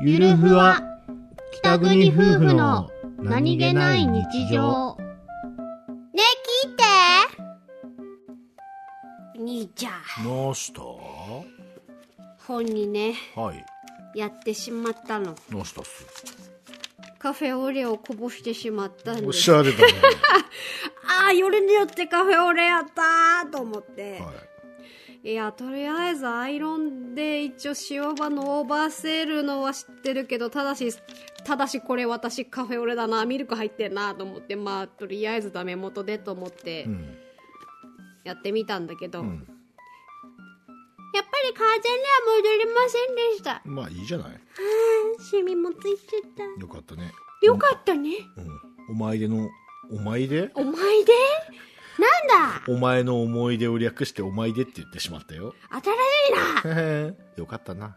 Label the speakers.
Speaker 1: ゆるふわ北国夫婦の何気ない日常
Speaker 2: ねえ聞いて兄ちゃん
Speaker 3: どうした
Speaker 2: 本にね
Speaker 3: はい
Speaker 2: やってしまったの
Speaker 3: どうしたっす
Speaker 2: カフェオレをこぼしてしまったん
Speaker 3: お
Speaker 2: で
Speaker 3: しゃれだね
Speaker 2: ああよりによってカフェオレやったーと思って、
Speaker 3: はい
Speaker 2: い、やとりあえずアイロンで一応塩場のオーバーセールのは知ってるけどただしただしこれ私カフェオレだなミルク入ってんなと思ってまあとりあえずダメ元でと思って
Speaker 3: うん
Speaker 2: やってみたんだけど、
Speaker 3: ん
Speaker 2: やっぱり風邪には戻りませんでした
Speaker 3: まあいいじゃない
Speaker 2: シミもついちゃった
Speaker 3: よかったね
Speaker 2: よかったね。
Speaker 3: うんお前でのお前で
Speaker 2: お前でなんだ
Speaker 3: お前の思い出を略してお前でって言ってしまったよ
Speaker 2: 新しいな
Speaker 3: へへよかったな